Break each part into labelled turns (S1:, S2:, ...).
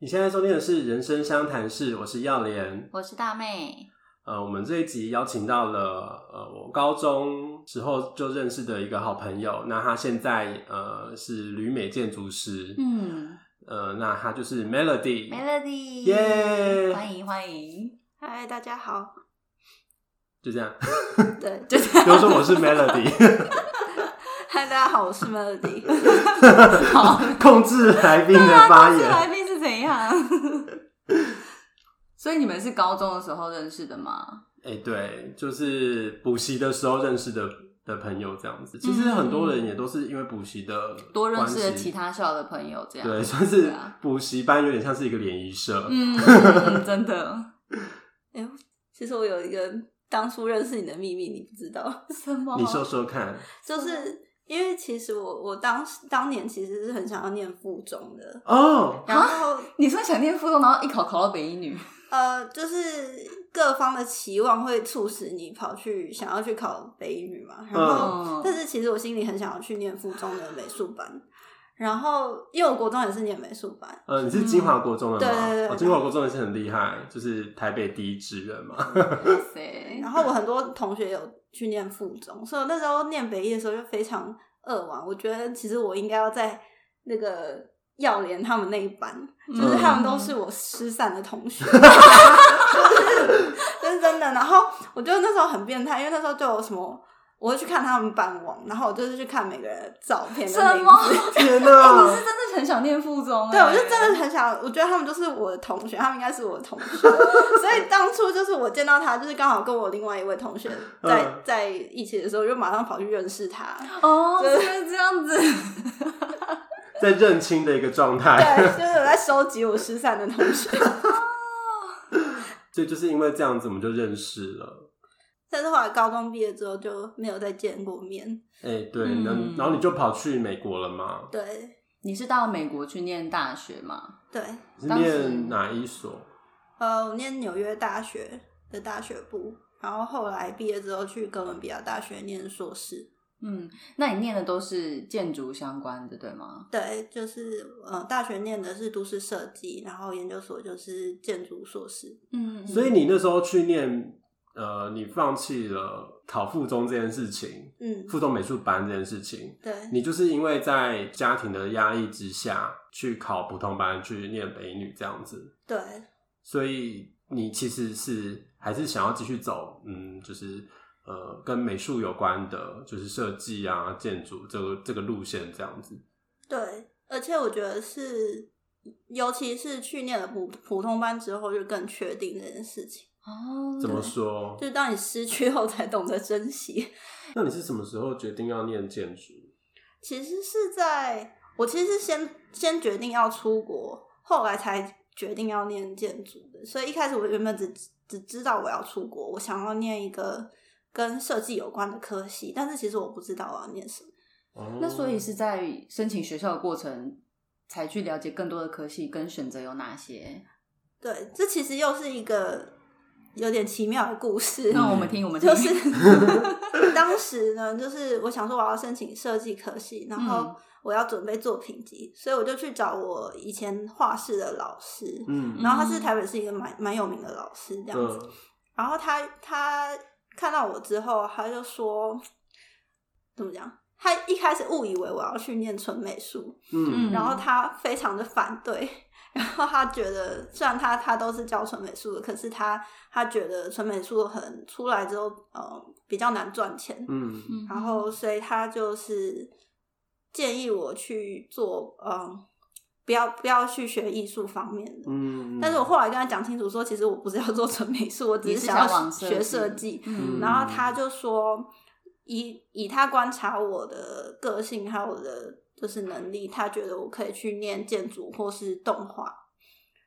S1: 你现在收听的是《人生相谈室》，我是耀莲。
S2: 我是大妹，
S1: 呃，我们这一集邀请到了呃，我高中时候就认识的一个好朋友，那他现在呃是旅美建筑师，，
S2: 嗯
S1: 呃，那他就是 Melody。
S2: ，Melody，
S1: 耶
S2: 欢迎欢迎，
S3: 嗨，大家好。
S1: 就这样，
S3: 对，就是
S1: 比如 说我是 Melody，
S3: 嗨，大家好，我是 Melody。
S2: 好，
S1: 控制来宾
S2: 啊
S1: 的发
S2: 这来
S1: 言。
S2: 宾是怎样？ 所以你们是高中的时候认识的吗？
S1: 哎、对，就是补习的时候认识的的朋友这样子。其实很多人也都是因为补习的
S2: 嗯多认识了
S1: 关系
S2: 其他校的朋友，这样
S1: 对，算是
S2: 对啊
S1: 补习班，有点像是一个联谊社。
S2: 嗯，嗯真的，
S3: 哎呦，其实我有一个当初认识你的秘密，你不知道，
S2: 什么？
S1: 你说说看，
S3: 就是因为其实我我当时当年其实是很想要念附中的，
S2: 啊
S1: 哦，
S3: 然后
S2: 你说想念附中，然后一考考到北一女，
S3: 呃，就是各方的期望会促使你跑去想要去考北一女嘛，然后、
S2: 嗯
S3: 但是其实我心里很想要去念附中的美术班，然后因为我国中也是念美术班，
S1: 呃，你是金华国中的吗？
S3: 嗯对对对对
S1: 哦，金华国中也是很厉害，就是台北第一志愿 嘛。
S2: 哇塞
S3: 然，后我很多同学有去念附中，所以我那时候念北一的时候就非常扼腕。我觉得其实我应该要在那个耀联他们那一班，
S2: 嗯
S3: 就是他们都是我失散的同 学，就是真的。然后我觉得那时候很变态，因为那时候就有什么。我会去看他们班网，然后我就是去看每个人的照片
S2: 什
S3: 跟名
S2: 么？
S3: 字。
S1: 天
S2: 哎 你
S1: 哪
S2: 是！真的很想念附中欸？
S3: 对，我就真的很想，我觉得他们就是我的同学，他们应该是我的同学，所以当初就是我见到他，就是刚好跟我另外一位同学在、
S1: 嗯
S3: 在一起的时候，就马上跑去认识他。
S2: 哦，
S3: 对
S2: 就是这样子。
S1: 在认亲的一个状态，
S3: 对，就是我在收集我失散的同学，
S1: 所以就是因为这样子，我们就认识了。
S3: 但是后来高中毕业之后就没有再见过面。
S1: 哎、对，
S2: 嗯
S1: 然后然后你就跑去美国了嘛？
S3: 对
S2: 你是到美国去念大学吗？
S3: 对，
S1: 你是
S2: 当时
S1: 念哪一所？
S3: 呃，我念纽约大学的大学部，然后后来毕业之后去哥伦比亚大学念硕士。
S2: 嗯，那你念的都是建筑相关的，对吗？
S3: 对，就是呃，大学念的是都市设计，然后研究所就是建筑硕士。
S2: 嗯，
S1: 所以你那时候去念，呃，你放弃了考附中这件事情，
S3: 嗯，
S1: 附中美术班这件事情，
S3: 对，
S1: 你就是因为在家庭的压力之下去考普通班，去念北女这样子，
S3: 对，
S1: 所以你其实是还是想要继续走，嗯，就是呃跟美术有关的，就是设计啊、建筑这个这个路线这样子。
S3: 对，而且我觉得是，尤其是去念了普普通班之后，就更确定这件事情。
S2: 哦，
S1: 怎么说？
S3: 就是当你失去后，才懂得珍惜。
S1: 那你是什么时候决定要念建筑？
S3: 其实是在我其实是先先决定要出国，后来才决定要念建筑的。所以一开始我原本只只知道我要出国，我想要念一个跟设计有关的科系，但是其实我不知道我要念什么。
S1: 哦
S2: 那所以是在申请学校的过程才去了解更多的科系跟选择有哪些？
S3: 对，这其实又是一个有点奇妙的故事。
S2: 让我们听，我们听嗯
S3: 就是 嗯当时呢，就是我想说我要申请设计科系，然后
S2: 嗯
S3: 我要准备作品集，所以我就去找我以前画室的老师，
S1: 嗯
S3: 然后他是台北市一个蛮蛮有名的老师这样子，
S1: 嗯
S3: 然后他他看到我之后，他就说怎么讲？他一开始误以为我要去念纯美术，
S1: 嗯
S2: 嗯
S3: 然后他非常的反对， 然后他觉得虽然他他都是教纯美术的，可是他他觉得纯美术很出来之后，呃，比较难赚钱，
S1: 嗯
S2: 嗯
S3: 然后所以他就是建议我去做，嗯、不要不要去学艺术方面的。
S1: 嗯，
S3: 但是我后来跟他讲清楚说，其实我不是要做纯美术，我只
S2: 你
S3: 是
S2: 是
S3: 想
S2: 想
S3: 要
S2: 往
S3: 学设计，
S2: 嗯，
S3: 然后他就说，以以他观察我的个性还有我的就是能力，他觉得我可以去念建筑或是动画。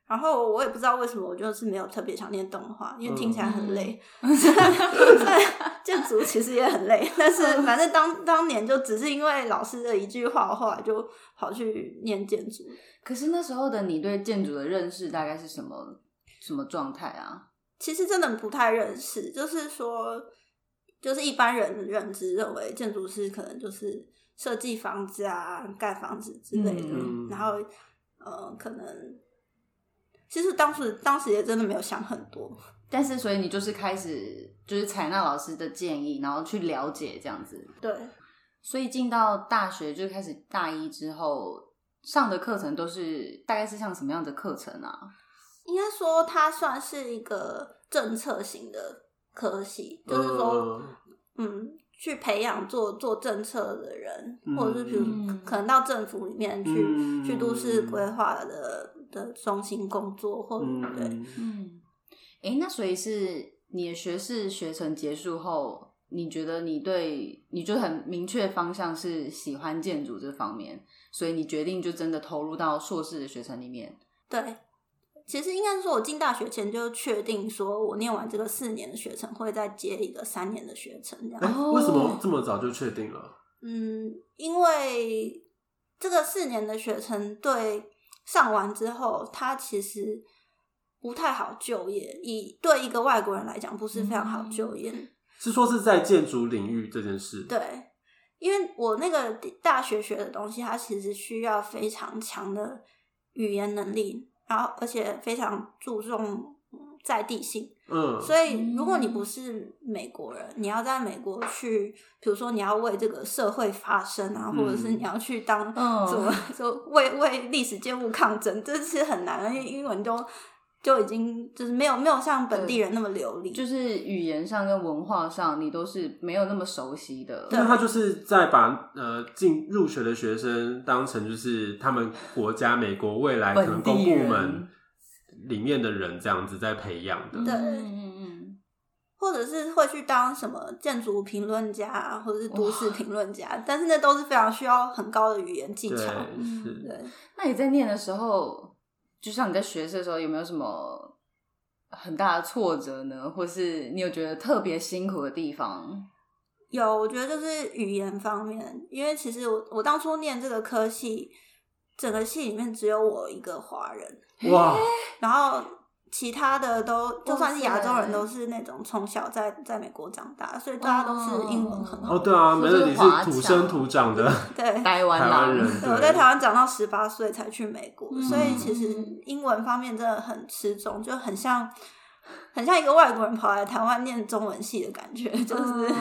S3: 然后我也不知道为什么，我就是没有特别想念动画，因为听起来很累。 虽然虽然建筑其实也很累，但是反正当当年就只是因为老师的一句话，我后来就跑去念建筑。
S2: 可是那时候的你对建筑的认识大概是什么什么状态啊？
S3: 其实真的不太认识，就是说，就是一般人的认知认为建筑师可能就是设计房子啊、盖房子之类的，
S1: 嗯
S3: 然后呃，可能其实当时当时也真的没有想很多，
S2: 但是所以你就是开始就是采纳老师的建议，然后去了解这样子。
S3: 对，
S2: 所以进到大学就开始大一之后上的课程都是大概是像什么样的课程啊？
S3: 应该说它算是一个政策型的科系，就是说，
S1: 嗯
S3: 嗯，去培养做做政策的人，
S1: 嗯
S3: 或者是比如
S2: 嗯
S3: 可能到政府里面去、
S1: 嗯
S3: 去都市规划的的中心工作，或者、对，
S1: 嗯，
S2: 嗯，诶，那所以是你的学士学程结束后，你觉得你对你就很明确方向是喜欢建筑这方面，所以你决定就真的投入到硕士的学程里面。
S3: 对。其实应该说，我进大学前就确定说，我念完这个四年的学程，会再接一个三年的学程这样。
S1: 哎、
S2: 哦
S1: 为什么这么早就确定了？
S3: 嗯，因为这个四年的学程对上完之后，他其实不太好就业，以对一个外国人来讲，不是非常好
S1: 嗯
S3: 就业。
S1: 是说是在建筑领域这件事？，
S3: 对，因为我那个大学学的东西，它其实需要非常强的语言能力，然后而且非常注重嗯在地性。
S1: 嗯，
S3: 所以，如果你
S2: 嗯
S3: 不是美国人，你要在美国去，比如说你要为这个社会发声啊，
S1: 嗯
S3: 或者是你要去当
S2: 嗯
S3: 什么，就为为历史建物抗争，这是很难的，因为英文都就已经就是没有没有像本地人那么流利。
S2: 就是语言上跟文化上，你都是没有那么熟悉的。
S3: 对
S1: 那他就是在把呃进入学的学生当成就是他们国家美国未来可能
S2: 本
S1: 公
S2: 地
S1: 部
S2: 人
S1: 门里面的人这样子在培养的。
S2: 嗯
S3: 对
S2: 嗯嗯
S3: 或者是会去当什么建筑评论家啊，或者是都市
S2: 哇
S3: 评论家，但是那都是非常需要很高的语言技
S1: 对，
S3: 巧。
S2: 嗯
S1: 是
S3: 对，
S2: 嗯。那你在念的时候，就像你在学士的时候，有没有什么很大的挫折呢？或是你有觉得特别辛苦的地方？
S3: 有，我觉得就是语言方面，因为其实我我当初念这个科系，整个系里面只有我一个华人，
S1: 哇，
S3: 然后其他的都就
S2: 哇
S3: 算是亚洲
S2: 塞
S3: 人，都是那种从小在在美国长大，所以大家都是英文很好。
S1: 哦对 啊，
S2: 说
S1: 没
S2: 这
S1: 有
S2: 个
S1: 你
S2: 华
S1: 是土
S2: 侨
S1: 生土长的
S3: 对，
S2: 台湾
S1: 台湾
S2: 啦，
S1: 人，
S3: 对我在台湾长到十八岁才去美国，
S2: 嗯
S3: 所以其实英文方面真的很吃重，就很像很像一个外国人跑来台湾念中文系的感觉， 就是、对。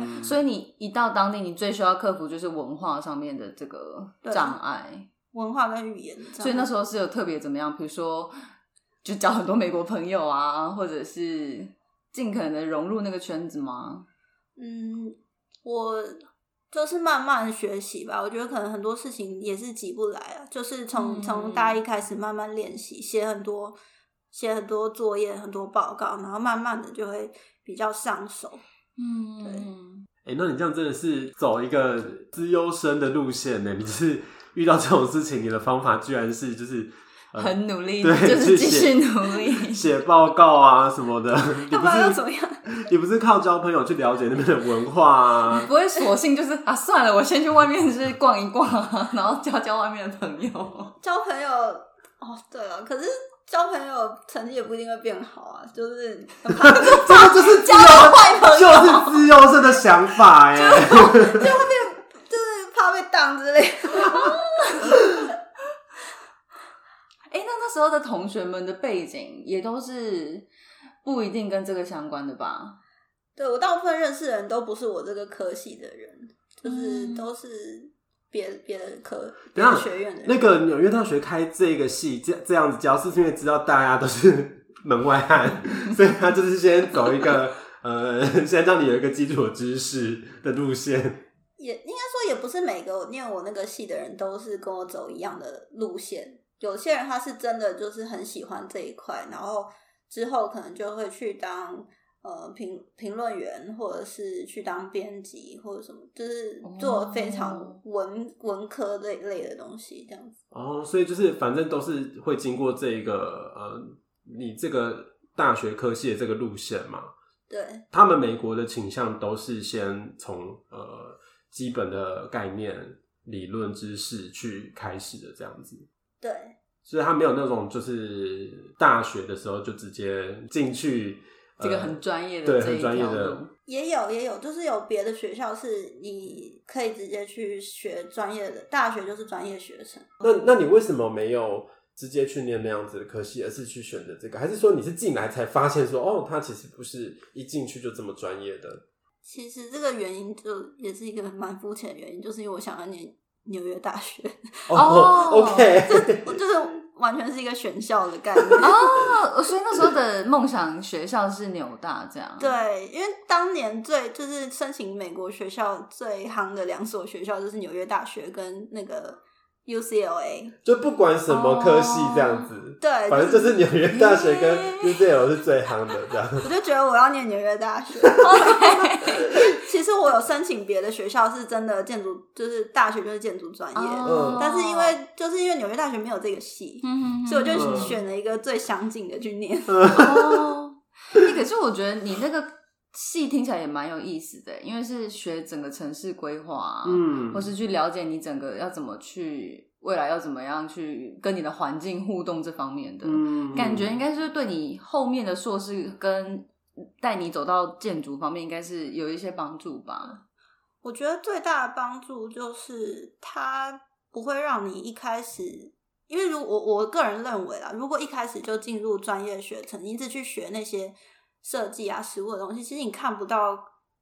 S1: 嗯，
S2: 所以你一到当地，你最需要克服就是文化上面的这个
S3: 对
S2: 障碍。
S3: 文化跟语言这样。
S2: 所以那时候是有特别怎么样，比如说就交很多美国朋友啊，或者是尽可能的融入那个圈子吗？
S3: 嗯，我就是慢慢学习吧。我觉得可能很多事情也是急不来啊，就是从
S2: 嗯
S3: 从大一开始慢慢练习，写很多写很多作业、很多报告，然后慢慢的就会比较上手。
S2: 嗯
S3: 对
S1: 哎、那你这样真的是走一个资优生的路线呢？你就是遇到这种事情，你的方法居然是 就是、呃、
S2: 很努力，
S1: 对，
S2: 就是继
S1: 去
S2: 续
S1: 写
S2: 努力。
S1: 写报告啊什么 的。你不
S3: 要不然要怎
S1: 是
S3: 么样？
S1: 你不是靠交朋友去了解那边的文化啊？
S2: 不会索性就是啊，算了，我先去外面就是逛一逛啊、然后交交外面的朋友。
S3: 交朋友哦，对了，可是交朋友成绩也不一定会变好啊，就是很怕就
S1: 这个就是 交坏朋友，就是资优生的想法 哎、
S3: 是怕被挡之类的。
S2: 哎、那那时候的同学们的背景也都是不一定跟这个相关的吧？
S3: 对我大部分认识的人都不是我这个科系的人，就是
S2: 嗯
S3: 都是别别的科别
S1: 等一下
S3: 的学院的人。
S1: 那个纽约大学开这个系这这样子教，是因为知道大家都是门外汉，所以他就是先走一 个呃，先让你有一个基础的知识的路线。
S3: 也应该说也不是每个念我那个系的人都是跟我走一样的路线，有些人他是真的就是很喜欢这一块，然后之后可能就会去当呃评评论员，或者是去当编辑或者什么，就是做非常
S2: 哦
S3: 文、文科类类的东西这样子。
S1: 哦，所以就是反正都是会经过这一个呃，你这个大学科系的这个路线嘛。
S3: 对
S1: 他们美国的倾向都是先从呃基本的概念、理论知识去开始的，这样子。
S3: 对，
S1: 所以他没有那种就是大学的时候就直接进去、呃
S2: 这个很专业的
S1: 对
S2: 这一
S1: 很专业
S2: 条
S1: 的
S2: 路
S3: 也有也有，就是有别的学校是你可以直接去学专业的，大学就是专业学生。
S1: 那那你为什么没有直接去念那样子的科系，而是去选择这个？还是说你是进来才发现说，哦，他其实不是一进去就这么专业的？
S3: 其实这个原因就也是一个蛮肤浅的原因，就是因为我想要念纽约大学，
S2: 哦
S1: o k
S3: 我就是完全是一个选校的概念。
S2: 哦，所以那时候的梦想学校是纽大这样。，哦
S3: 对，因为当年最就是申请美国学校最夯的两所学校，就是纽约大学跟那个 UCLA。
S1: 就不管什么科系这样子。
S2: 哦
S3: 对，
S1: 反正就是纽约大学跟
S2: 嗯
S1: UCL 是最夯的，这样。
S3: 我就觉得我要念纽约 大学。 其实我有申请别的学校，是真的建筑，就是大学就是建筑专业，
S2: 哦
S1: 嗯
S3: 但是因为就是因为纽约大学没有这个系，
S2: 嗯，嗯，嗯
S3: 所以我就
S1: 嗯
S3: 选了一个最相近的去念。
S2: 哦，欸可是我觉得你那个戏听起来也蛮有意思的，因为是学整个城市规划、啊，，
S1: 嗯
S2: 或是去了解你整个要怎么去未来要怎么样去跟你的环境互动这方面的，
S1: 嗯
S2: 感觉应该是对你后面的硕士跟带你走到建筑方面，应该是有一些帮助吧。
S3: 我觉得最大的帮助就是它不会让你一开始，因为如我我个人认为啦，如果一开始就进入专业学程，你一直去学那些设计啊、实物的东西，其实你看不到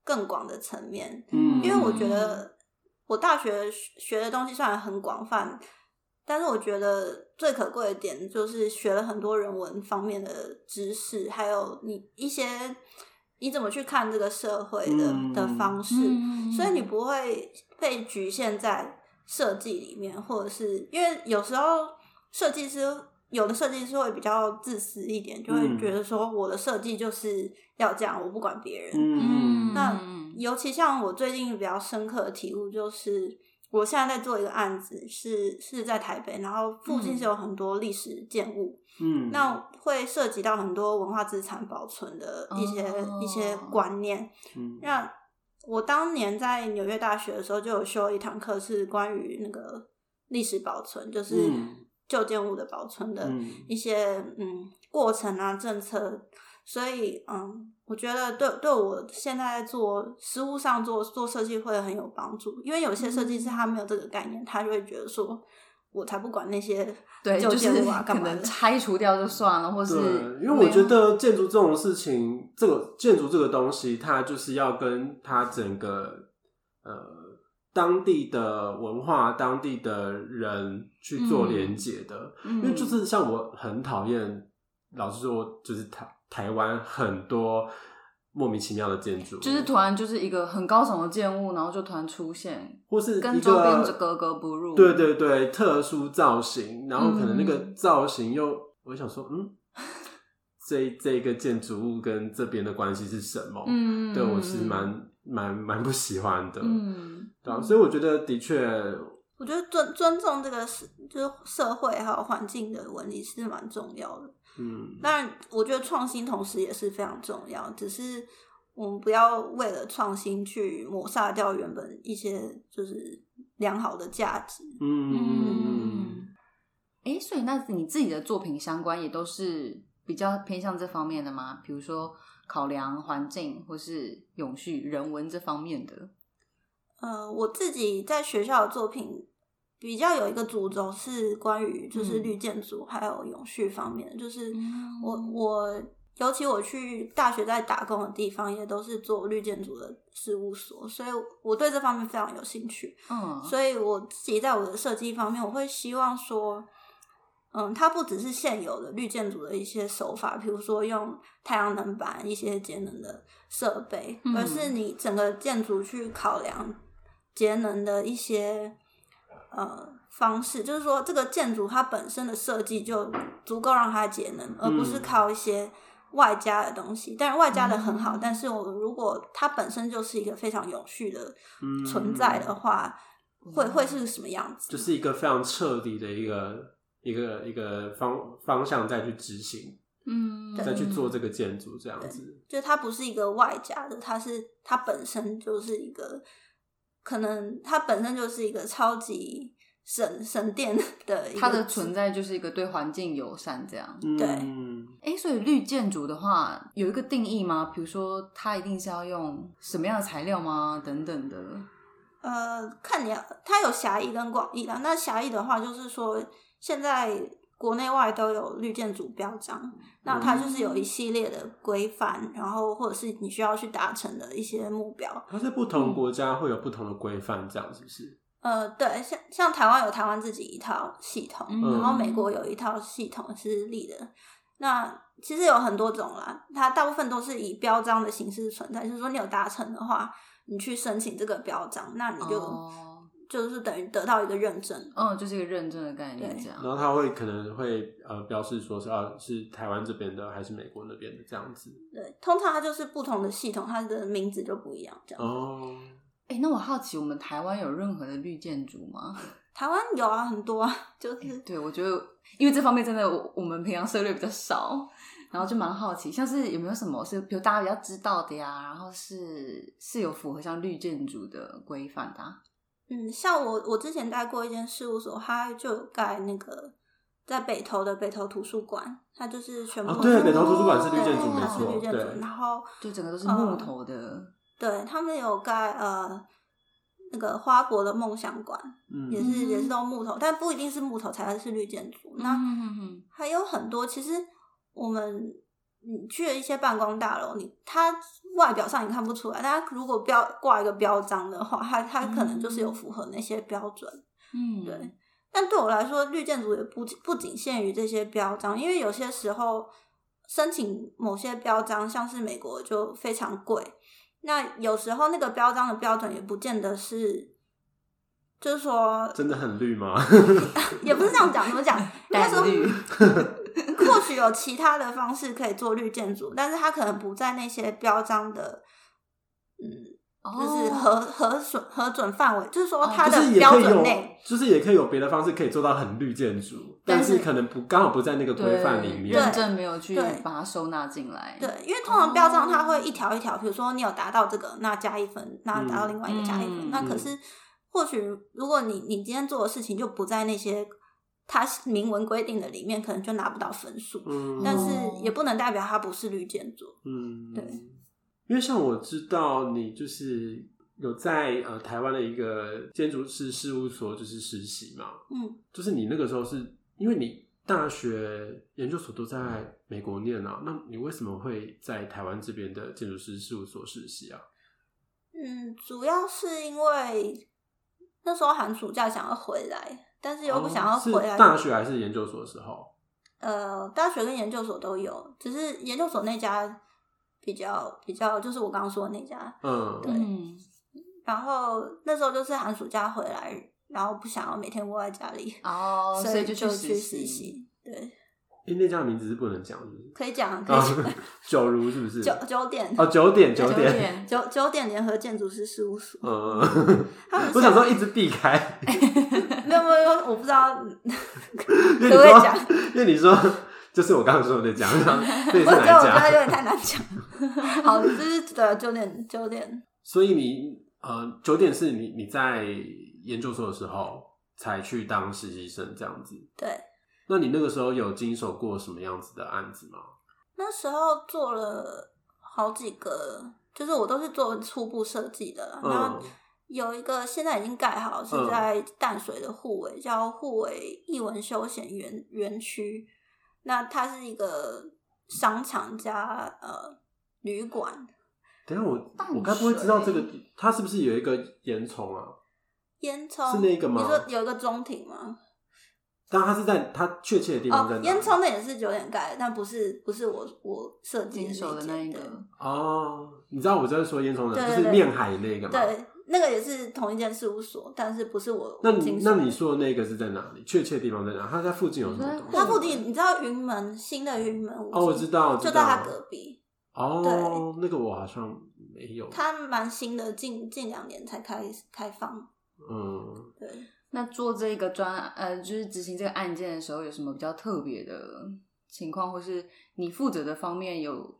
S3: 更广的层面。
S1: 嗯
S3: 因为我觉得我大学学学的东西虽然很广泛，但是我觉得最可贵的点就是学了很多人文方面的知识，还有你一些你怎么去看这个社会的、
S1: 嗯
S3: 的方式，
S2: 嗯
S3: 所以你不会被局限在设计里面，或者是因为有时候设计师。有的设计师会比较自私一点，就会
S1: 嗯
S3: 觉得说我的设计就是要这样，我不管别人。
S1: 嗯
S3: 那尤其像我最近比较深刻的体悟，就是我现在在做一个案子是，是在台北，然后附近是有很多历史建物，
S1: 嗯
S3: 那会涉及到很多文化资产保存的一些、
S2: 哦
S3: 一些观念。
S1: 嗯
S3: 那我当年在纽约大学的时候，就有修一堂课是关于那个历史保存，就是
S1: 嗯
S3: 旧建物的保存的
S1: 嗯
S3: 一些嗯过程啊政策，所以嗯，我觉得对对我现在在做实务上做做设计会很有帮助，因为有些设计师
S2: 嗯
S3: 他没有这个概念，他就会觉得说。我才不管那些
S2: 对，
S3: 旧
S2: 就是
S3: 建物啊，
S2: 可
S3: 干嘛
S2: 能
S3: 的？
S2: 拆除掉就算了，或是
S1: 对，因为
S2: 没
S1: 我
S2: 有
S1: 觉得建筑这种事情，这个建筑这个东西，它就是要跟它整个呃当地的文化、当地的人去做
S2: 嗯
S1: 连接的。因为就是像我很讨厌，老实说，就是台台湾很多莫名其妙的建筑，
S2: 就是突然就是一个很高耸的建物，然后就突然出现，
S1: 或是
S2: 跟
S1: 一
S2: 周
S1: 个
S2: 边就格格不入
S1: 对对对，特殊造型，然后可能那个
S2: 嗯
S1: 造型又，我想说，嗯，这这个建筑物跟这边的关系是什么？
S2: 嗯，
S1: 对我是蛮蛮蛮不喜欢的，
S2: 嗯
S1: 对啊，所以我觉得的确，
S3: 我觉得尊尊重这个是就是社会还有环境的纹理是蛮重要的。
S1: 嗯，
S3: 当然，我觉得创新同时也是非常重要，只是我们不要为了创新去抹杀掉原本一些就是良好的价值。
S1: 嗯嗯
S2: 嗯，哎、所以那你自己的作品相关也都是比较偏向这方面的吗？比如说考量环境或是永续人文这方面的，
S3: 呃，我自己在学校的作品比较有一个主轴是关于就是
S2: 嗯
S3: 绿建筑还有永续方面的，就是
S2: 嗯
S3: 我我尤其我去大学在打工的地方也都是做绿建筑的事务所，所以我对这方面非常有兴趣。
S2: 嗯，
S3: 所以我自己在我的设计方面，我会希望说，嗯，它不只是现有的绿建筑的一些手法，比如说用太阳能板一些节能的设备，
S2: 嗯
S3: 而是你整个建筑去考量节能的一些呃方式，就是说这个建筑它本身的设计就足够让它节能，而不是
S1: 嗯
S3: 靠一些。外加的东西，但是外加的很好，
S2: 嗯
S3: 但是我们如果它本身就是一个非常有序的
S1: 嗯
S3: 存在的
S2: 哦
S3: 话，会会是什么样子？
S1: 就是一个非常彻底的一个一个一个方方向再去执行，
S2: 嗯，
S1: 再去做这个建筑这样子，
S3: 就它不是一个外加的，它是它本身就是一个，可能它本身就是一个超级省省电的一个
S2: 它的存在就是一个对环境友善这样。
S1: 嗯
S3: 对
S2: 哎，所以绿建筑的话有一个定义吗？比如说它一定是要用什么样的材料吗？等等的。
S3: 呃，看你要它有狭义跟广义啦。那狭义的话，就是说现在国内外都有绿建筑标章，那它就是有一系列的规范，然后或者是你需要去达成的一些目标。
S1: 它是不同国家会有不同的规范，这样是不是？
S3: 呃，对，像像台湾有台湾自己一套系统，
S2: 嗯
S3: 然后美国有一套系统是立的。那其实有很多种啦，它大部分都是以标章的形式存在，就是说你有达成的话，你去申请这个标章，那你就、
S2: 哦，
S3: 就是等于得到一个认证。
S2: 嗯，就是一个认证的概念，
S3: 对
S2: 这样
S1: 然。后它会可能会呃标示说是啊是台湾这边的还是美国那边的这样子
S3: 对，通常它就是不同的系统，它的名字就不一样。这样，
S1: 哦，
S2: 哎、那我好奇，我们台湾有任何的绿建筑吗？
S3: 台湾有啊，很多啊， 就是
S2: 对，我觉得因为这方面真的我我们平常涉猎比较少，然后就蛮好奇，像是有没有什么是比如大家比较知道的呀，然后是是有符合像绿建筑的规范的、啊，
S3: 嗯，像我我之前待过一间事务所，它就有盖那个在北投的北投图书馆，它就是全部
S1: 哦
S3: 都
S1: 对
S3: 是、
S1: 北投图书馆
S2: 是绿建筑
S3: 对
S2: 没
S3: 它是
S2: 错
S3: 绿建
S1: 对
S3: 筑。然后
S2: 就整个都是木头的，
S3: 对他们有盖呃那个花博的梦想馆，
S1: 嗯
S3: 也是、
S2: 嗯
S3: 也是用木头，但不一定是木头才是绿建筑。那、
S2: 嗯哼哼
S3: 还有很多，其实我们你去了一些办公大楼，你它外表上你看不出来，但它如果标挂一个标章的话，它它可能就是有符合那些标准。
S2: 嗯，
S3: 对，但对我来说，绿建筑也不不仅限于这些标章，因为有些时候申请某些标章，像是美国就非常贵。那有时候那个标章的标准也不见得是，就是说
S1: 真的很绿吗？
S3: 也不是这样讲，怎么 讲？应该说
S2: 淡 绿，
S3: 或许有其他的方式可以做绿建筑，但是它可能不在那些标章的，就是核、
S2: 哦
S3: 核准核准范围，就是说
S2: 哦
S3: 它
S1: 就
S3: 的
S1: 是也
S3: 标
S1: 可以
S3: 准
S1: 有
S3: 内。，
S1: 就是也可以有别的方式可以做到很绿建筑，但
S2: 但是
S1: 是可能不刚好不在那个规范里
S2: 对
S1: 面。
S2: 认证没有去
S3: 对
S2: 把它收纳进来，
S3: 对，因为通常标章它会一条一条，比如说你有达到这个，那加一分；那达到另外一个加一分。
S2: 嗯
S3: 那可是或许如果你你今天做的事情就不在那些它明文规定的里面，可能就拿不到分数。
S1: 嗯，
S3: 但是
S2: 哦
S3: 也不能代表它不是绿建筑。
S1: 嗯，
S3: 对，
S1: 因为像我知道你就是有在呃台湾的一个建筑师事务所就是实习嘛，
S3: 嗯，
S1: 就是你那个时候是因为你大学研究所都在美国念啊，那你为什么会在台湾这边的建筑师事务所实习啊？
S3: 嗯，主要是因为那时候寒暑假想要回来，但是又不想要
S1: 哦是
S3: 回来。
S1: 大学还是研究所的时候？
S3: 呃，大学跟研究所都有，只是研究所那家比较比较，就是我刚刚说的那家。
S1: 嗯，
S3: 对
S2: 嗯，
S3: 然后那时候就是寒暑假回来，然后不想要每天窝在家里，
S2: 哦，
S3: 所
S2: 以
S3: 就
S2: 去
S3: 去
S2: 实习，
S3: 习。对，
S1: 因为那家的名字是不能讲的，
S3: 可以讲，可以
S1: 啊
S3: 讲。，
S1: 九如是不是？
S3: 九 九点
S1: 哦，九点
S2: 九
S1: 点，
S2: 点，
S3: 九九点联合建筑师事务所，
S1: 嗯，
S3: 他们
S1: 我
S3: 现
S1: 想
S3: 在
S1: 说一直避开，
S3: 没有没有，我不 知道
S1: 因为
S3: 可
S1: 你
S3: 不可以
S1: 说
S3: 讲。
S1: 因为你说就是我刚刚说的 讲，这也是
S3: 我觉得
S1: 难
S3: 我觉得有
S1: 讲。
S3: 点太难讲。 好，就是对九点九点，
S1: 所以你呃，九点是你你在研究所的时候才去当实习生这样子。
S3: 对，
S1: 那你那个时候有经手过什么样子的案子吗？
S3: 那时候做了好几个，就是我都是做初步设计的啦。那、
S1: 嗯，
S3: 有一个现在已经盖好，是
S1: 嗯
S3: 在淡水的护尾，叫护尾艺文休闲园园区。那它是一个商场加呃旅馆，
S1: 等一下我
S2: 淡水
S1: 我该不会知道这个它是不是有一个烟囱啊？
S3: 烟囱
S1: 是那个吗
S3: 你说有一个中庭吗？
S1: 但它是在它确切的地方在
S3: 哦，
S1: 哪？
S3: 烟囱那也是九点盖的，但不是不是我我设计
S2: 经手的那
S3: 间
S2: 一
S3: 对
S2: 个，
S1: 哦，你知道我在说烟囱
S3: 对
S1: 的，就
S3: 对
S1: 是
S3: 对
S1: 面海那个嘛。
S3: 对，那个也是同一间事务所，但是不是我。
S1: 那
S3: 我经
S1: 你
S3: 手
S1: 那你说的那个是在哪里？确切地方在哪？它在附近有什么东西？
S3: 它附近，你知道云门新的云门舞
S1: 哦，我知道，
S3: 就
S1: 知
S3: 在
S1: 道
S3: 它隔壁，
S1: 哦，那个我好像没有。
S3: 它蛮新的，近近两年才开开放。
S1: 嗯，
S3: 对，
S2: 那做这个专案呃，就是执行这个案件的时候，有什么比较特别的情况，或是你负责的方面有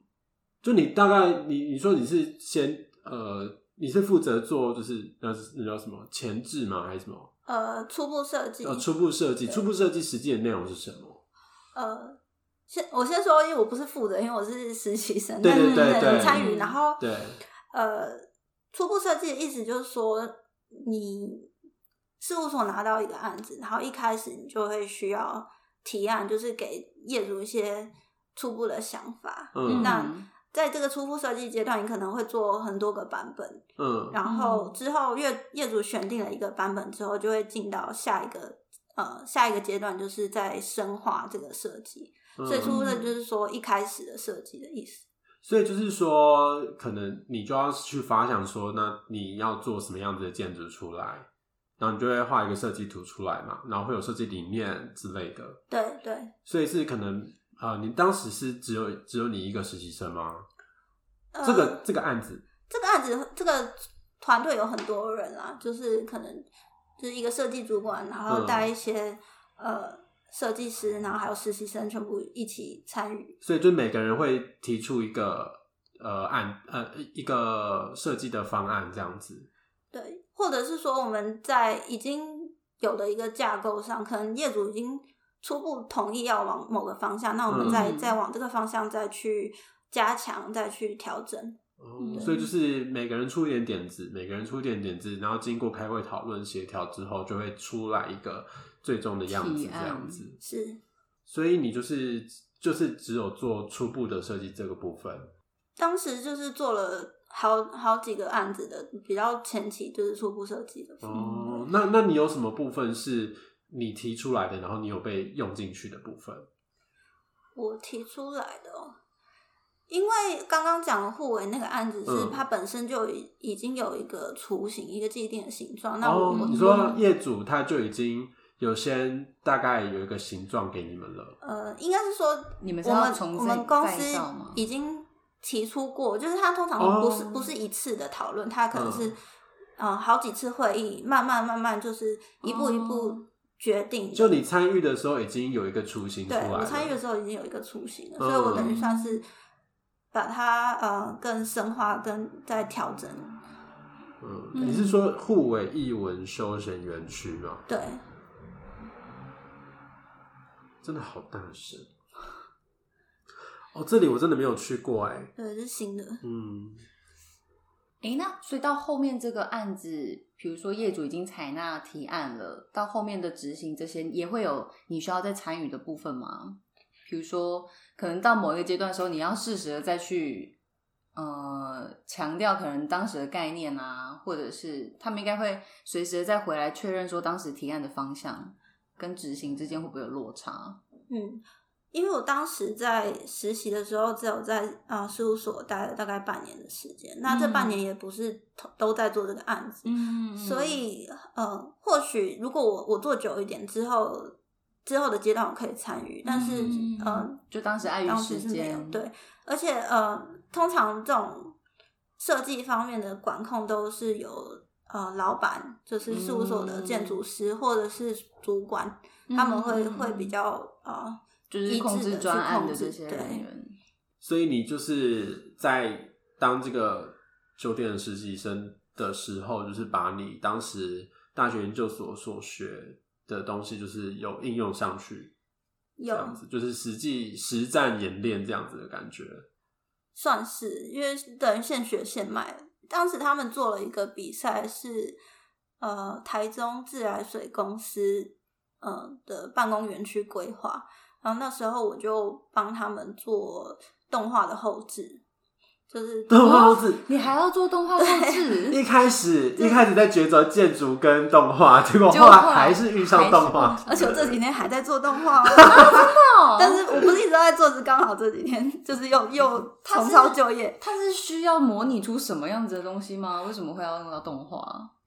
S1: 就你大概你你说你是先呃，你是负责做就是那是那叫什么前置吗？还是什么？
S3: 呃，初步设计，
S1: 呃，初步设计，
S3: 对
S1: 初步设计实际的内容是什么？
S3: 呃，先我先说，因为我不是负责，因为我是实习生，
S1: 对对
S3: 但
S1: 对
S3: 是
S1: 对嗯
S3: 有参与。然后
S1: 对，
S3: 呃，初步设计的意思就是说，你事务所拿到一个案子，然后一开始你就会需要提案，就是给业主一些初步的想法。
S1: 嗯
S3: 那在这个初步设计阶段，你可能会做很多个版本，
S1: 嗯
S3: 然后之后业业主选定了一个版本之后，就会进到下一个呃下一个阶段，就是在深化这个设计。
S1: 嗯，
S3: 最初的就是说一开始的设计的意思。
S1: 所以就是说，可能你就要去发想说，那你要做什么样子的建筑出来，然后你就会画一个设计图出来嘛，然后会有设计理念之类的。
S3: 对对，
S1: 所以是可能呃，你当时是只有只有你一个实习生吗？
S3: 呃
S1: 这个这个案子，
S3: 这个案子这个团队有很多人啦，就是可能就是一个设计主管，然后
S1: 嗯
S3: 带一些、呃设计师，然后还有实习生全部一起参与。
S1: 所以就每个人会提出一个呃案呃一个设计的方案这样子。
S3: 对，或者是说我们在已经有的一个架构上，可能业主已经初步同意要往某个方向，那我们再、
S2: 嗯
S3: 再往这个方向再去加强，再去调整。
S1: 哦
S2: 对
S1: 所以就是每个人出一点点子，每个人出一点点子，然后经过开会讨论协调之后，就会出来一个最终的样子
S2: 提
S1: 这
S2: 案
S1: 样子。
S3: 是，
S1: 所以你就是就是只有做初步的设计这个部分。
S3: 当时就是做了好好几个案子的比较前期，就是初步设计的部分。
S2: 嗯
S1: 哦，那那你有什么部分是你提出来的，然后你有被用进去的部分？
S3: 我提出来的、哦，因为刚刚讲的互为那个案子是
S1: 嗯
S3: 它本身就已已经有一个雏形，一个既定的形状。那我、
S1: 哦
S3: 我，嗯
S1: 你说业主他就已经有先大概有一个形状给你们了。
S3: 呃，应该是说
S2: 你们是
S3: 我
S2: 要
S3: 们
S2: 重
S3: 我
S2: 再
S3: 们公
S2: 再
S3: 司
S2: 造吗
S3: 已经提出过，就是它通常
S1: 哦
S3: 不是、不是一次的讨论，它可能
S1: 嗯
S3: 是呃好几次会议，慢慢慢慢就是一步一步
S2: 哦
S3: 决定的。
S1: 就你参与的时候已经有一个雏形出
S3: 对
S1: 来了。嗯
S3: 我参与的时候已经有一个雏形了，所以我等于算是把它呃更深化、跟再调整。
S1: 嗯，
S2: 嗯
S1: 你是说互为艺文休闲园区吗？
S3: 对，
S1: 真的好大声。哦，这里我真的没有去过哎、
S3: 对，是新的。
S1: 嗯，
S2: 诶，那所以到后面这个案子，比如说业主已经采纳提案了，到后面的执行这些也会有你需要再参与的部分吗？比如说，可能到某一个阶段的时候，你要适时的再去呃强调可能当时的概念啊，或者是他们应该会随时地再回来确认说当时提案的方向跟执行之间会不会有落差？
S3: 嗯，因为我当时在实习的时候，只有在啊、呃事务所待了大概半年的时间，那这半
S2: 嗯
S3: 年也不是都都在做这个案子，
S2: 嗯
S3: 所以呃，或许如果我我做久一点之后。之后的阶段我可以参与，但是、
S2: 嗯嗯嗯
S3: 呃，
S2: 就当时碍于
S3: 当
S2: 时
S3: 时是没有
S2: 间
S3: 对，而且呃，通常这种设计方面的管控都是由呃老板，就是事务所的建
S2: 嗯
S3: 筑师、或者是主管，他们会会
S2: 嗯
S3: 比较呃，
S2: 就是
S3: 一
S2: 控
S3: 致
S2: 制
S3: 地去
S2: 专案的
S3: 控制
S2: 这些
S3: 对
S2: 人员。
S1: 所以你就是在当这个酒店的实习生的时候，就是把你当时大学研究所所学的东西，就是有应用上去，这
S3: 有
S1: 样子就是实际实战演练这样子的感觉。
S3: 算是，因为等于现学现卖。当时他们做了一个比赛是，呃台中自来水公司呃的办公园区规划，然后那时候我就帮他们做动画的后置，就是
S1: 动画后置
S2: 你还要做动画后置，
S1: 一开始一开始在抉择建筑跟动画，结果
S2: 结果
S1: 后
S2: 后
S1: 来
S2: 来
S1: 还是遇上动
S2: 还
S1: 画
S2: 是。
S3: 而且我这几天还在做动画、哦， 但是我不是一直都在做，是刚好这几天就是又又
S2: 它
S3: 重
S2: 是
S3: 操旧业。
S2: 它是需要模拟出什么样子的东西吗？为什么会要用到动画？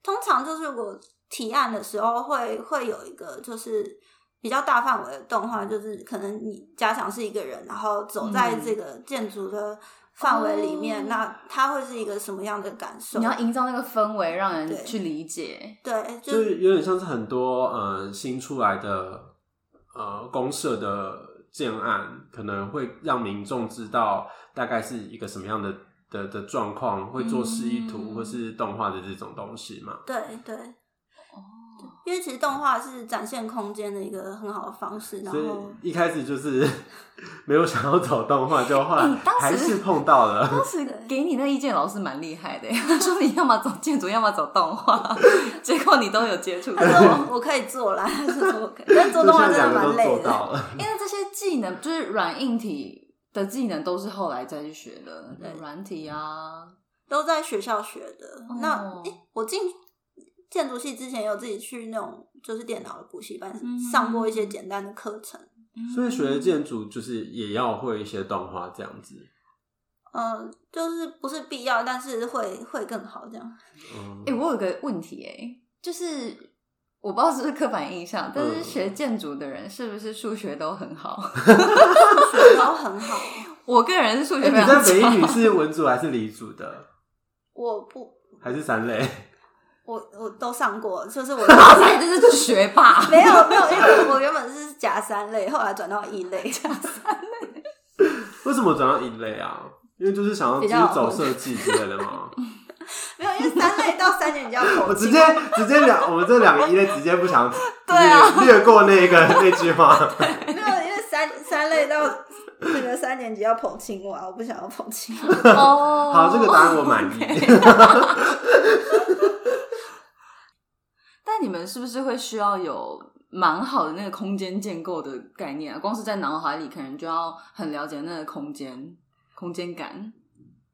S3: 通常就是我提案的时候会会有一个就是比较大范围的动画，就是可能你假想是一个人，然后走在这个建筑的范围里面，
S2: 哦
S3: 那他会是一个什么样的感受？
S2: 你要营造那个氛围，让
S3: 对
S2: 人去理解。
S3: 对，
S1: 哦就
S3: 就
S1: 是有点像是很多呃新出来的呃公社的建案，可能会让民众知道大概是一个什么样的的的状况，会做示意图
S2: 嗯
S1: 或是动画的这种东西嘛。
S3: 对对。因为其实动画是展现空间的一个很好的方式。然
S1: 所以
S3: 后
S1: 一开始就是 没有想要走动画，就后来
S2: 哎当时
S1: 还是碰到了。
S2: 当时给你那意见老师蛮厉害的， 他说你要么走建筑，要么走动 画，结果你都有接触
S3: 他
S2: 过。
S3: 说我我可以做啦，他说我可以，但是做
S1: 就
S3: 动画
S1: 算
S3: 真的
S1: 两个都
S3: 蛮累
S1: 做
S3: 的。
S1: 到了，
S2: 因为这些技能就是软硬体的技能都是后来再去学的，
S3: 对
S2: 软体啊，
S3: 都在学校学的。
S2: 哦
S3: 那、诶我进建筑系之前，有自己去那种就是电脑的补习班、
S2: 嗯
S3: 上过一些简单的课程。
S1: 所以学建筑就是也要会一些动画这样子。
S3: 嗯、就是不是必要，但是会会更好 这样。
S1: 嗯
S2: 哎、，我有个问题哎、就是我不知道是不是刻板印象，但是
S1: 嗯
S2: 学建筑的人是不是数学都很好？
S3: 数学都很好，
S2: 我个人是数
S1: 哎
S2: 学
S1: 你
S2: 非常
S1: 在北
S2: 差
S1: 一，女是文组还是理组的？
S3: 我不，
S1: 还是三类？
S3: 我我都上过，就是 我
S2: 哇塞，这是学霸。
S3: 没有没有，因为我原本是甲三类，后来转到乙类。
S1: 为什么转到一类啊？因为就是想要就
S3: 比
S1: 是
S3: 较好
S1: 走设计之类的 嘛。
S3: 没有，因为三类到三年就要
S1: 我
S3: 口
S1: 直
S3: 径
S1: 接直接两，我们这两个一类直接不想，
S2: 对啊
S1: 直接略过那个 那句话。
S3: 没有，因为三三类到那个三年级要捧青蛙，我不想要捧青蛙。
S2: 哦，
S1: 好，这个答案我满 意。
S2: 但你们是不是会需要有蛮好的那个空间建构的概念啊？光是在脑海里，可能就要很了解那个空间空间感。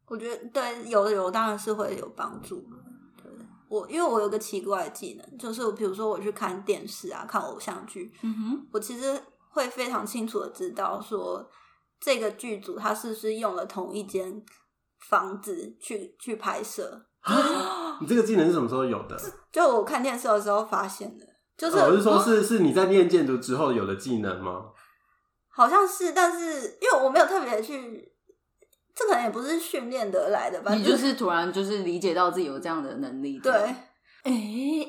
S3: 我觉得对有有当然是会有帮助。对我因为我有个奇怪的技能，就是我比如说我去看电视啊，看偶像剧，
S2: 嗯哼，
S3: 我其实会非常清楚的知道说这个剧组它是不是用了同一间房子去去拍摄。
S1: 你这个技能是什么时候有的？
S3: 就我看电视的时候发现的，就是、嗯
S1: 哦我是说是是你在念建筑之后有的技能吗？
S3: 好像是，但是因为我没有特别去，这可能也不是训练得来的吧，
S2: 你就是突然就是理解到自己有这样的能力。
S3: 对
S2: 这样，哎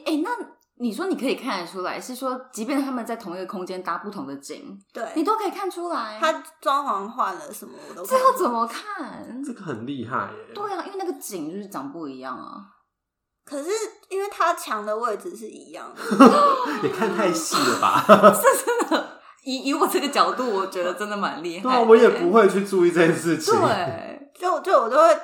S2: 哎、那你说你可以看得出来，是说即便他们在同一个空间搭不同的景，你
S3: 对，
S2: 都可以看出来。
S3: 他装潢换了什么我都
S2: 这
S3: 看
S2: 要怎么看？
S1: 这个很厉害耶。
S2: 对啊，因为那个景就是长不一样啊。
S3: 可是因为他墙的位置是一样的，
S1: 你看太细了吧？
S2: 以以我这个角度，我觉得真的蛮厉害的。
S1: 对啊，我也不会去注意这件事情。
S2: 对，
S3: 就就我都会，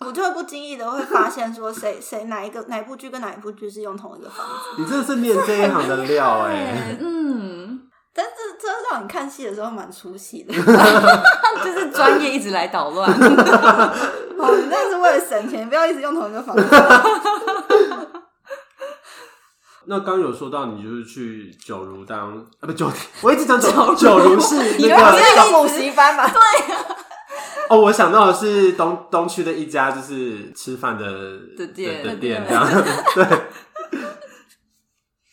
S3: 我就会不经意的会发现说谁谁哪一个哪一部剧跟哪一部剧是用同一个房子，
S1: 你真的是念这一行的料哎。
S2: 嗯，
S3: 但是这让你看戏的时候蛮出戏的，
S2: 就是专业一直来捣 乱。
S3: 哦，你那是为了省钱，不要一直用同一个房子。
S1: 那刚有说到你就是去九如当啊不九，我一直讲
S2: 九
S1: 九
S2: 如
S1: 九如啊是那
S2: 以为我
S1: 个
S2: 是
S3: 是补习班吧？对，
S1: 哦，我想到的是东东区的一家就是吃饭的
S2: 的店
S1: 的
S2: 的
S1: 店
S2: 店
S1: 这样，
S3: 哦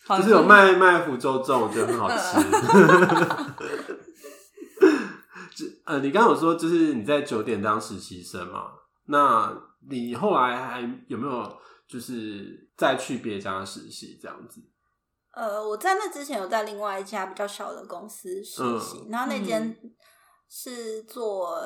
S2: 好
S1: 就是有卖卖福州粽，我觉得很好吃。
S3: 嗯
S1: 就呃，你刚刚有说就是你在九点当实习生嘛？那你后来还有没有就是再去别家实习这样子？
S3: 呃，我在那之前有在另外一家比较小的公司实习，然后那间是做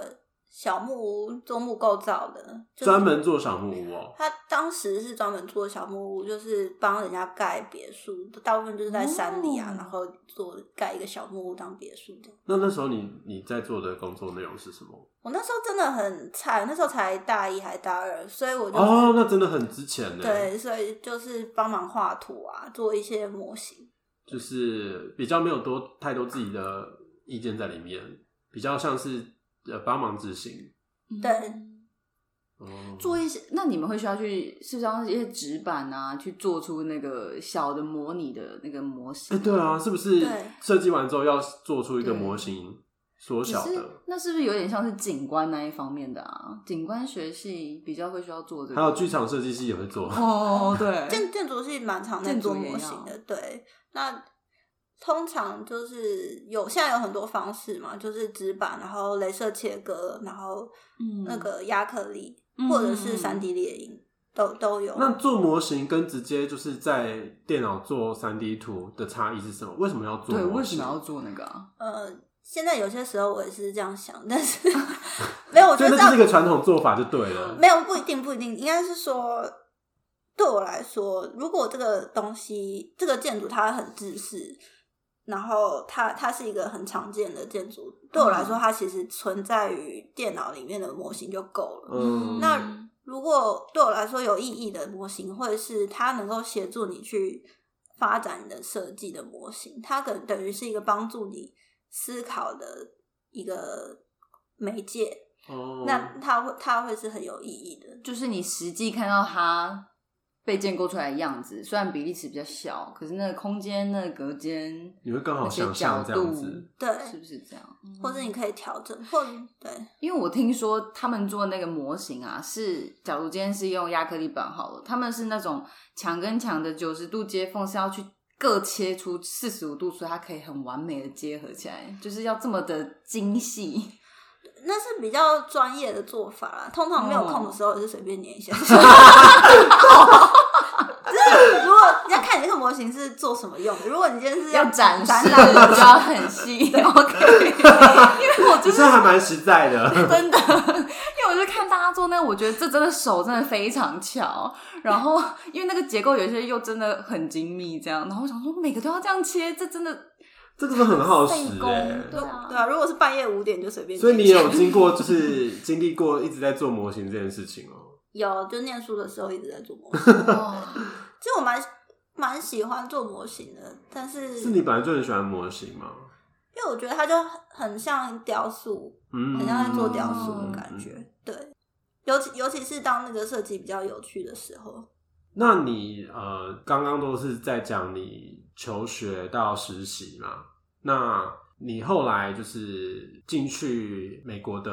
S3: 小木屋、做木构造的，就是
S1: 专门做小木屋哦、
S3: 他当时是专门做小木屋，就是帮人家盖别墅，大部分就是在山里啊，
S2: 哦
S3: 然后做盖一个小木屋当别墅这样。
S1: 那那时候你你在做的工作内容是什么？
S3: 我那时候真的很菜，那时候才大一还大二，所以我就、
S1: 哦，那真的很值钱呢。，
S3: 对，所以就是帮忙画图啊，做一些模型。
S1: 就是比较没有多太多自己的意见在里面，比较像是呃帮忙执行。
S3: 对
S2: 嗯
S1: 哦，
S2: 做一些，那你们会需要去，是不是要一些纸板啊，去做出那个小的模拟的那个模
S1: 哎、
S2: 型？
S1: 对啊，是不是
S3: 对
S1: 设计完之后要做出一个
S2: 对
S1: 模型缩
S2: 只
S1: 小
S2: 是
S1: 的？
S2: 那是不是有点像是景观那一方面的啊？景观学系比较会需要做这个，
S1: 还有剧场设计系也会做，
S2: 哦，对，
S3: 建建筑系蛮常在
S2: 建筑
S3: 做
S2: 也
S3: 模
S2: 要
S3: 型的，对。那通常就是有现在有很多方式嘛，就是纸板，然后镭射切割，然后
S2: 嗯
S3: 那个亚克力，
S2: 嗯
S3: 或者是三 D 猎鹰，都都有。
S1: 那做模型跟直接就是在电脑做三 D 图的差异是什么？为什么要做模
S2: 对，
S1: 型？
S2: 为什么要做那个啊？
S3: 呃，现在有些时候我也是这样想，但是 没有，我觉
S1: 所以
S3: 得
S1: 那就
S3: 这
S1: 是一
S3: 样
S1: 个传统做法就对了。嗯
S3: 没有不一定不一定，应该是说对我来说，如果这个东西这个建筑它很自私，然后它它是一个很常见的建筑，对我来
S1: 嗯
S3: 说，它其实存在于电脑里面的模型就够了。
S1: 嗯，
S3: 那如果对我来说有意义的模型，或者是它能够协助你去发展你的设计的模型，它可能等于是一个帮助你思考的一个媒介。
S1: 哦，
S3: 那
S2: 嗯
S3: 它会它会是很有意义的。
S2: 就是你实际看到它被建构出来的样子，虽然比例尺比较小，可是那个空间、那个隔间、
S1: 你会更好
S2: 那些
S1: 想
S2: 角
S1: 象这样
S2: 度，
S1: 子，
S3: 对，
S2: 是嗯不是这样？
S3: 或者你可以调整，或者对，
S2: 因为我听说他们做那个模型啊，是假如今天是用亚克力板好了，他们是那种墙跟墙的九十度接缝是要去各切出四十五度，所以它可以很完美的结合起来，就是要这么的精细。
S3: 那是比较专业的做法啦。通常没有
S2: 嗯
S3: 空的时候也是随便粘一下。 就是如果要看你这个模型是做什么用的，如果你今天是啊
S2: 要展
S3: 展
S2: 示啊
S3: 览的
S2: 就要很 细，OK？因为我
S1: 只
S2: 就是
S1: 是还蛮实在的。
S2: 真的，因为我就看大家做那个，我觉得这真的手真的非常巧。然后因为那个结构有些又真的很精密，这样，然后我想说每个都要这样切，这真的
S1: 这个是很耗时
S2: 费工
S1: 哎、
S2: 对啊
S3: 对啊，如果是半夜五点就随便
S1: 所
S3: 粘
S1: 以
S3: 一下。
S1: 你有 经过就是经历过一直在做模型这件事情哦、
S3: 有就念书的时候一直在做 模型，
S2: 哇，
S3: 其实我蛮蛮喜欢做模型的，但是
S1: 是你本来就很喜欢模型吗？
S3: 因为我觉得它就很像雕塑，
S1: 嗯，
S3: 很像在做雕塑的感觉。
S1: 嗯
S3: 对，尤其尤其是当那个设计比较有趣的时候，
S1: 那你呃，刚刚都是在讲你求学到实习嘛？那你后来就是进去美国的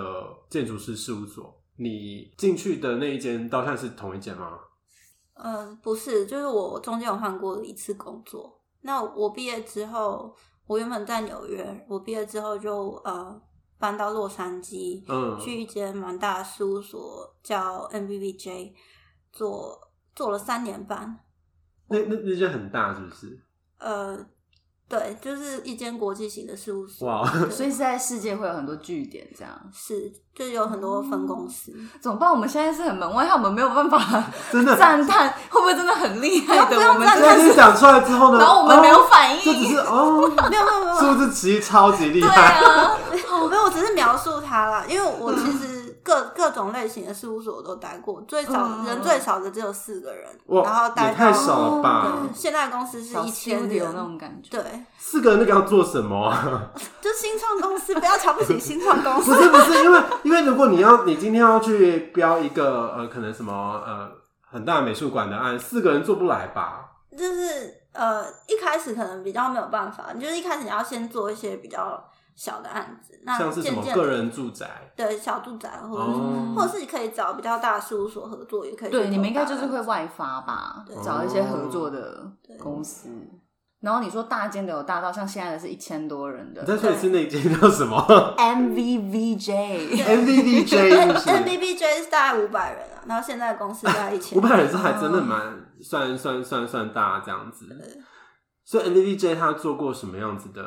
S1: 建筑师事务所，你进去的那一间到现在是同一间吗？
S3: 嗯，不是，就是我中间有换过一次工作。那我毕业之后，我原本在纽约，我毕业之后就呃搬到洛杉矶，
S1: 嗯
S3: 去一间蛮大的事务所叫 MBBJ，做做了三年半。
S1: 那那那间很大是不 是？
S3: 呃，对，就是一间国际型的事务所。
S1: 哇
S3: 对
S2: 所以是在世界会有很多据点这样。
S3: 是，就是有很多分
S2: 哦
S3: 公司。
S2: 怎么办？我们现在是很门外汉，我们没有办法
S1: 真的
S2: 赞叹，会不会真的很厉害的？
S3: 不要
S2: 我们
S3: 赞
S2: 真
S1: 那
S2: 的
S1: 你
S2: 是，
S1: 讲出来之后呢？
S2: 然后我们没有
S1: 哦
S2: 反应，
S1: 就只是哦，
S3: 没有没有没有，
S1: 数字其实超级厉
S2: 对
S1: 害，
S2: 啊，
S3: 我没有，我只是描述它啦，因为我其
S1: 嗯
S3: 实各各种类型的事务所我都待过，最少、
S2: 嗯
S3: 人最少的只有四个人，
S1: 哇
S3: 然后待
S1: 也
S3: 到
S1: 太少了吧
S3: 对，？现在公司是
S2: 小
S3: 一
S2: 溪
S3: 千
S2: 流
S3: 人
S2: 那种感觉。
S3: 对，
S1: 四个人那个要做什么啊？
S3: 就新创公司，不要瞧不起新创公
S1: 不
S3: 司。
S1: 是不是，因为因为如果你要你今天要去标一个呃，可能什么呃很大的美术馆的案，四个人做不来吧？
S3: 就是呃，一开始可能比较没有办法，就是一开始你要先做一些比较小的案子，那
S1: 像是什
S3: 渐
S1: 么
S3: 渐
S1: 个人住宅
S3: 对小住宅或者是、
S1: 哦，
S3: 或者是你可以找比较大的事务所合作，也可以去
S2: 对，你们应该
S3: 做
S2: 就
S3: 大
S2: 是会
S3: 案子
S2: 外发吧
S3: 对，
S2: 找一些合作的公司。然后你说大间的有大到像现在的是一千多人的
S1: 你再说一次那间叫什 么
S2: MVVJ，
S1: m v d j 是 不
S3: N
S1: 是
S3: B B J 哦是大概五百人啊，然后现在公司大概一千
S1: 五。百人是还真的蛮算算算算大这样子。所以 m v d j 他做过什么样子的？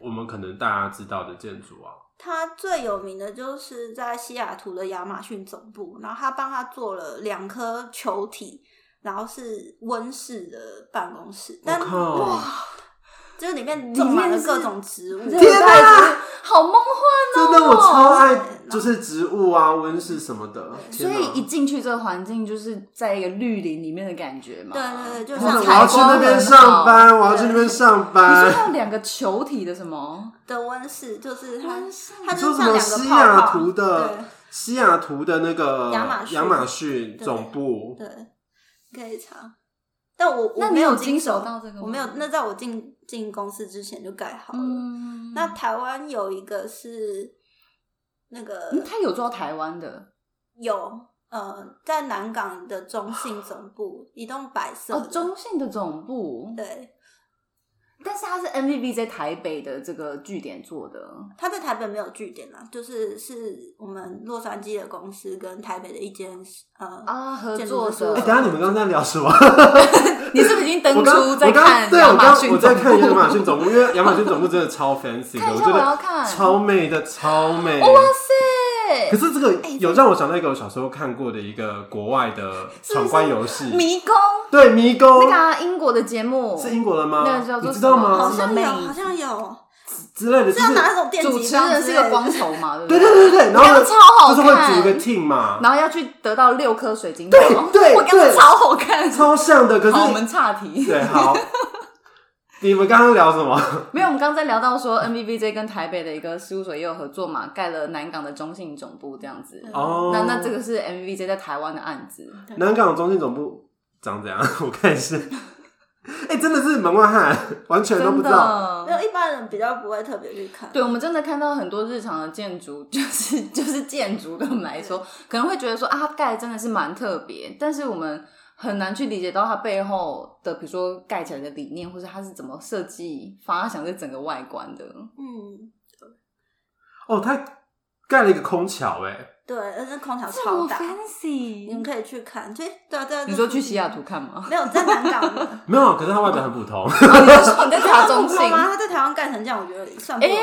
S1: 我们可能大家知道的建筑啊，
S3: 他最有名的就是在西雅图的亚马逊总部，然后他帮他做了两颗球体，然后是温室的办公室，但
S1: 我靠
S3: 哇，就是里面种满了各种植物，
S1: 天哪，
S2: 好梦幻
S1: 真
S2: 哦！
S1: 的我超爱，就是植物啊、温室什么的。
S2: 所
S1: 天哪
S2: 以一进去这个环境，就是在一个绿林里面的感觉嘛。
S3: 对对对，就
S1: 我
S3: 像
S1: 我要去那边上班，啊我要去那边上
S2: 哦你说
S1: 班。
S2: 它有两个球体的什么？
S3: 的温室，就是它
S2: 温室，
S3: 它
S1: 你
S3: 就
S1: 说
S3: 是
S1: 什
S3: 像
S1: 么
S3: 两个
S1: 西
S3: 泡
S1: 雅
S3: 泡
S1: 图的西雅图的那个
S3: 亚马逊
S1: 亚马逊
S3: 对
S1: 总部
S3: 对，对，你可以查。但我
S2: 那
S3: 我
S2: 你
S3: 没
S2: 有
S3: 经
S2: 经手
S3: 手
S2: 到这个吗
S3: 我没有。那在我进进公司之前就盖好了。
S2: 嗯，
S3: 那台湾有一个是那个、
S2: 嗯它有做到台湾的
S3: 有呃，在南港的中信总部，一栋白色
S2: 哦
S3: 的、，
S2: 中信的总部，
S3: 对，
S2: 但是它是 MVV 在台北的这个据点做的，
S3: 它在台北没有据点啦，就是是我们洛杉矶的公司跟台北的一间呃
S2: 啊合
S3: 建筑
S2: 作
S3: 师事
S2: 的
S3: 务
S1: 哎，
S3: 所
S1: 等一下你们刚刚在聊什么？
S2: 你是不是已经
S1: 我
S2: 登
S1: 刚
S2: 出
S1: 我刚
S2: 在看
S1: 对
S2: 亚
S1: 我
S2: 马
S1: 刚
S2: 逊
S1: 我在看亚马逊
S2: 总
S1: 总部，因为亚马逊总部真的超 fancy 的，
S2: 看一下
S1: 觉
S2: 我要
S1: 得
S2: 看
S1: 超美的，超美。
S2: 部？哇塞！
S1: 可是这个
S3: 哎
S1: 有让我想到一个我小时候看过的一个国外的
S2: 不
S1: 闯
S2: 是
S1: 关游戏，
S2: 迷宫
S1: 对迷宫
S2: 那个、啊、英国的节目
S1: 是英国的吗？
S2: 那个叫做
S1: 你知道
S2: 什
S1: 吗
S3: 好
S2: 么？
S3: 像有，
S2: 妹
S3: 好像有，
S1: 之类的，就是
S3: 要拿那种电
S2: 主
S3: 击
S2: 持
S3: 棒
S2: 人
S3: 之
S2: 是
S3: 类的
S2: 个光头嘛，对不
S1: 对对对
S2: 对
S1: 对，然后
S2: 那
S1: 呢
S2: 个超好
S1: 就
S2: 看，
S1: 是会组一个 team 嘛，
S2: 然后要去得到六颗水晶球，
S1: 对对
S2: 我刚刚
S1: 对
S2: 超好看。哦
S1: 超像的。可
S2: 好，我们
S1: 是
S2: 岔题。
S1: 对好，你们刚刚聊什么？
S2: 没有，我们刚刚在聊到说 NBVJ 跟台北的一个事务所也有合作嘛，盖了南港的中信总部这样子。
S1: 哦，
S2: 那那这个是 NBVJ 在台湾的案子，
S1: 南港中心总部长怎样？ 我看一下。哎、真的是门外汉，完全都不
S2: 真
S1: 知道。
S2: 的
S3: 没。有一般人比较不会特别去看。
S2: 对，我们真的看到很多日常的建筑，就是就是建筑对我们来说，可能会觉得说啊，它盖的真的是蛮特别，但是我们很难去理解到它背后的，比如说盖起来的理念，或者它是怎么设计发想这整个外观的。
S3: 嗯，
S1: 哦，他盖了一个空桥、哎，
S3: 对，而且空调
S2: 这么
S3: 超大，你们
S2: fancy，
S3: 可以去看。对对啊对啊，
S2: 你说去西雅图看 吗？
S3: 没有在南港的
S1: 没有，啊可是他外表很普通。
S2: 啊你是说你在
S3: 这样
S2: 查 中
S3: 不
S2: 性
S3: 错吗？他在台湾盖成这样，我觉得算不容易。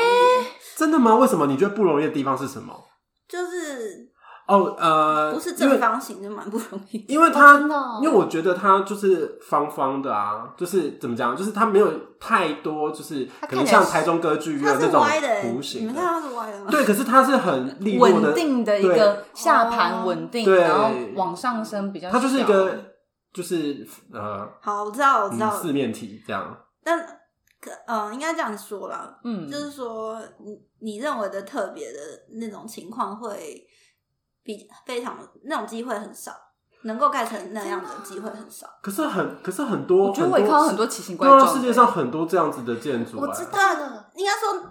S1: 真的吗？为什么？你觉得不容易的地方是什么？
S3: 就是
S1: 哦，呃，
S3: 不是
S1: 因为
S3: 正方形就蛮不容易。
S1: 因为它、
S2: 哦真的哦
S1: 因为我觉得它就是方方的啊，就是怎么讲，就是它没有太多，就是
S2: 它
S1: 可
S2: 看
S1: 能
S2: 起来
S1: 像台中歌剧
S3: 它
S1: 院
S3: 是
S1: 那种
S3: 歪的、欸，
S1: 弧
S3: 你
S1: 形
S3: 们
S1: 的
S3: 看它是歪的吗？
S1: 对，可是它是很利落的
S2: 稳，定的一个下
S3: 哦
S2: 盘稳定，
S1: 对
S2: 然后往上升比较小，
S1: 它就是一
S2: 哦
S1: 个就是呃
S3: 好，我知道，我知
S1: 嗯
S3: 道，
S1: 四面体这样。
S3: 但可呃，应该这样说啦，
S2: 嗯，
S3: 就是说你你认为的特别的那种情况会比非常那种机会很少，能够盖成那样的机会很少。
S1: 可是很可是很多，
S2: 我觉得我也看到很多奇形怪
S1: 对
S2: 状
S1: 啊，
S2: 的，
S1: 世界上很多这样子的建筑、欸，
S2: 我知道了。
S3: 应该说，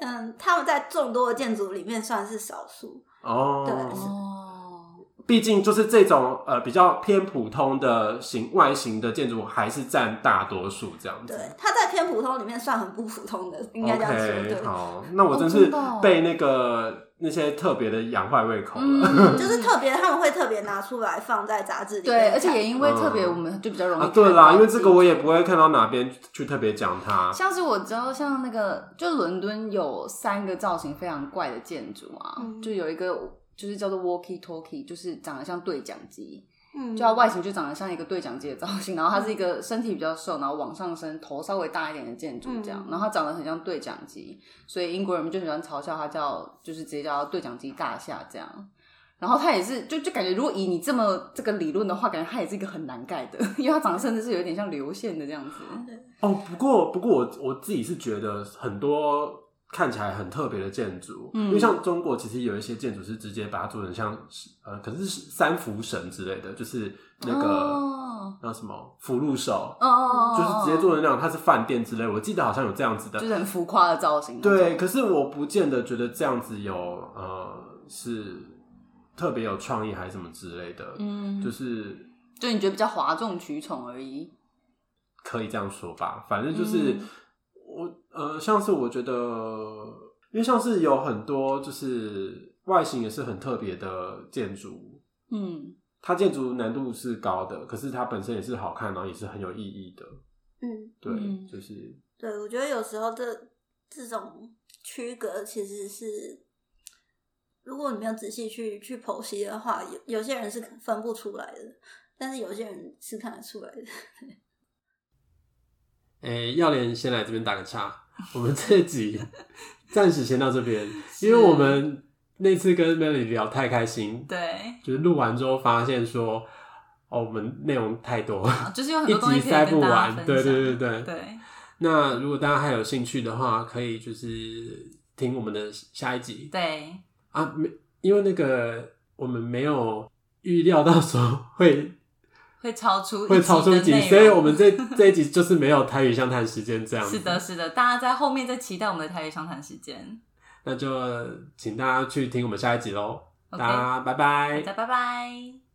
S3: 嗯，他们在众多的建筑里面算是少数。
S1: 哦，
S3: 对
S2: 哦，
S1: 毕竟就是这种呃比较偏普通的形外形的建筑还是占大多数这样子。
S3: 对，他在偏普通里面算很不普通的，应该这样说。对
S1: 嗯 OK，，好，那我
S2: 哦
S1: 真
S2: 真
S1: 是
S2: 的哦
S1: 被那个那些特别的养坏胃口 了。啊
S2: 嗯
S3: 就是特别，他们会特别拿出来放在杂志里
S2: 对，
S3: 面看。
S2: 而且也因为特别，
S1: 嗯
S2: 我们就比较容易、
S1: 啊，对啦，因为这个我也不会看到哪边去特别讲它。
S2: 像是我知道，像那个就伦敦有三个造型非常怪的建筑啊，
S3: 嗯
S2: 就有一个就是叫做 walkie talkie，就是长得像对讲机，
S3: 嗯，
S2: 就它外形就长得像一个对讲机的造型，然后它是一个身体比较瘦，然后往上升，头稍微大一点的建筑这样，
S3: 嗯
S2: 然后它长得很像对讲机，所以英国人就喜欢嘲笑它叫就是直接叫它对讲机大厦这样。然后它也是，就就感觉，如果以你这么这个理论的话，感觉它也是一个很难盖的， 因为它长得甚至是有点像流线的这样子。
S1: 哦，不过不过我我自己是觉得很多看起来很特别的建筑，
S2: 嗯
S1: 因为像中国其实有一些建筑是直接把它做成像呃，可能是三福神之类的，就是那个
S2: 哦
S1: 那什么福禄寿，
S2: 哦哦，哦
S1: 就是直接做成那种，它是饭店之类，我记得好像有这样子的
S2: 就，是很浮夸的造型。
S1: 对，，可是我不见得觉得这样子有呃是特别有创意还是什么之类的，
S2: 嗯，
S1: 就
S2: 就是
S1: 是
S2: 就你觉得比较哗众取宠而已。
S1: 可以这样说吧。反正就是、
S2: 嗯
S1: 我呃，像是我觉得，因为像是有很多就是外形也是很特别的建筑，
S2: 嗯，
S1: 它建筑难度是高的，可是它本身也是好看，然后也是很有意义的。
S3: 嗯，
S1: 对，
S2: 嗯
S1: 就是
S3: 对，我觉得有时候这这种区隔其实是，如果你没有仔细去去剖析的话，有有些人是分不出来的，但是有些人是看得出来的。
S1: 诶、耀莲先来这边打个岔，我们这 集暂时先到这边，因为我们那次跟 Melly 聊太开心，
S2: 对，
S1: 就是录完之后发现说，哦，我们内容太多，
S2: 哦啊就是有 很
S1: 一
S2: 多东西
S1: 集
S2: 可
S1: 塞
S2: 以
S1: 不
S2: 跟大家分
S1: 完。
S2: 享。
S1: 对对对对。
S2: 对，
S1: 那如果大家还有兴趣的话，可以就是听我们的下一集
S2: 对，
S1: 啊，没，因为那个我们没有预料到说会
S2: 会超出
S1: 会超出
S2: 一集
S1: 集，
S2: 的内容
S1: 所以我们这这一集就是没有台语相谈时间这样子。
S2: 是的，是的，大家在后面再期待我们的台语商谈时间。
S1: 那就请大家去听我们下一集喽。
S2: OK
S1: 大家拜拜
S2: 大。家拜拜。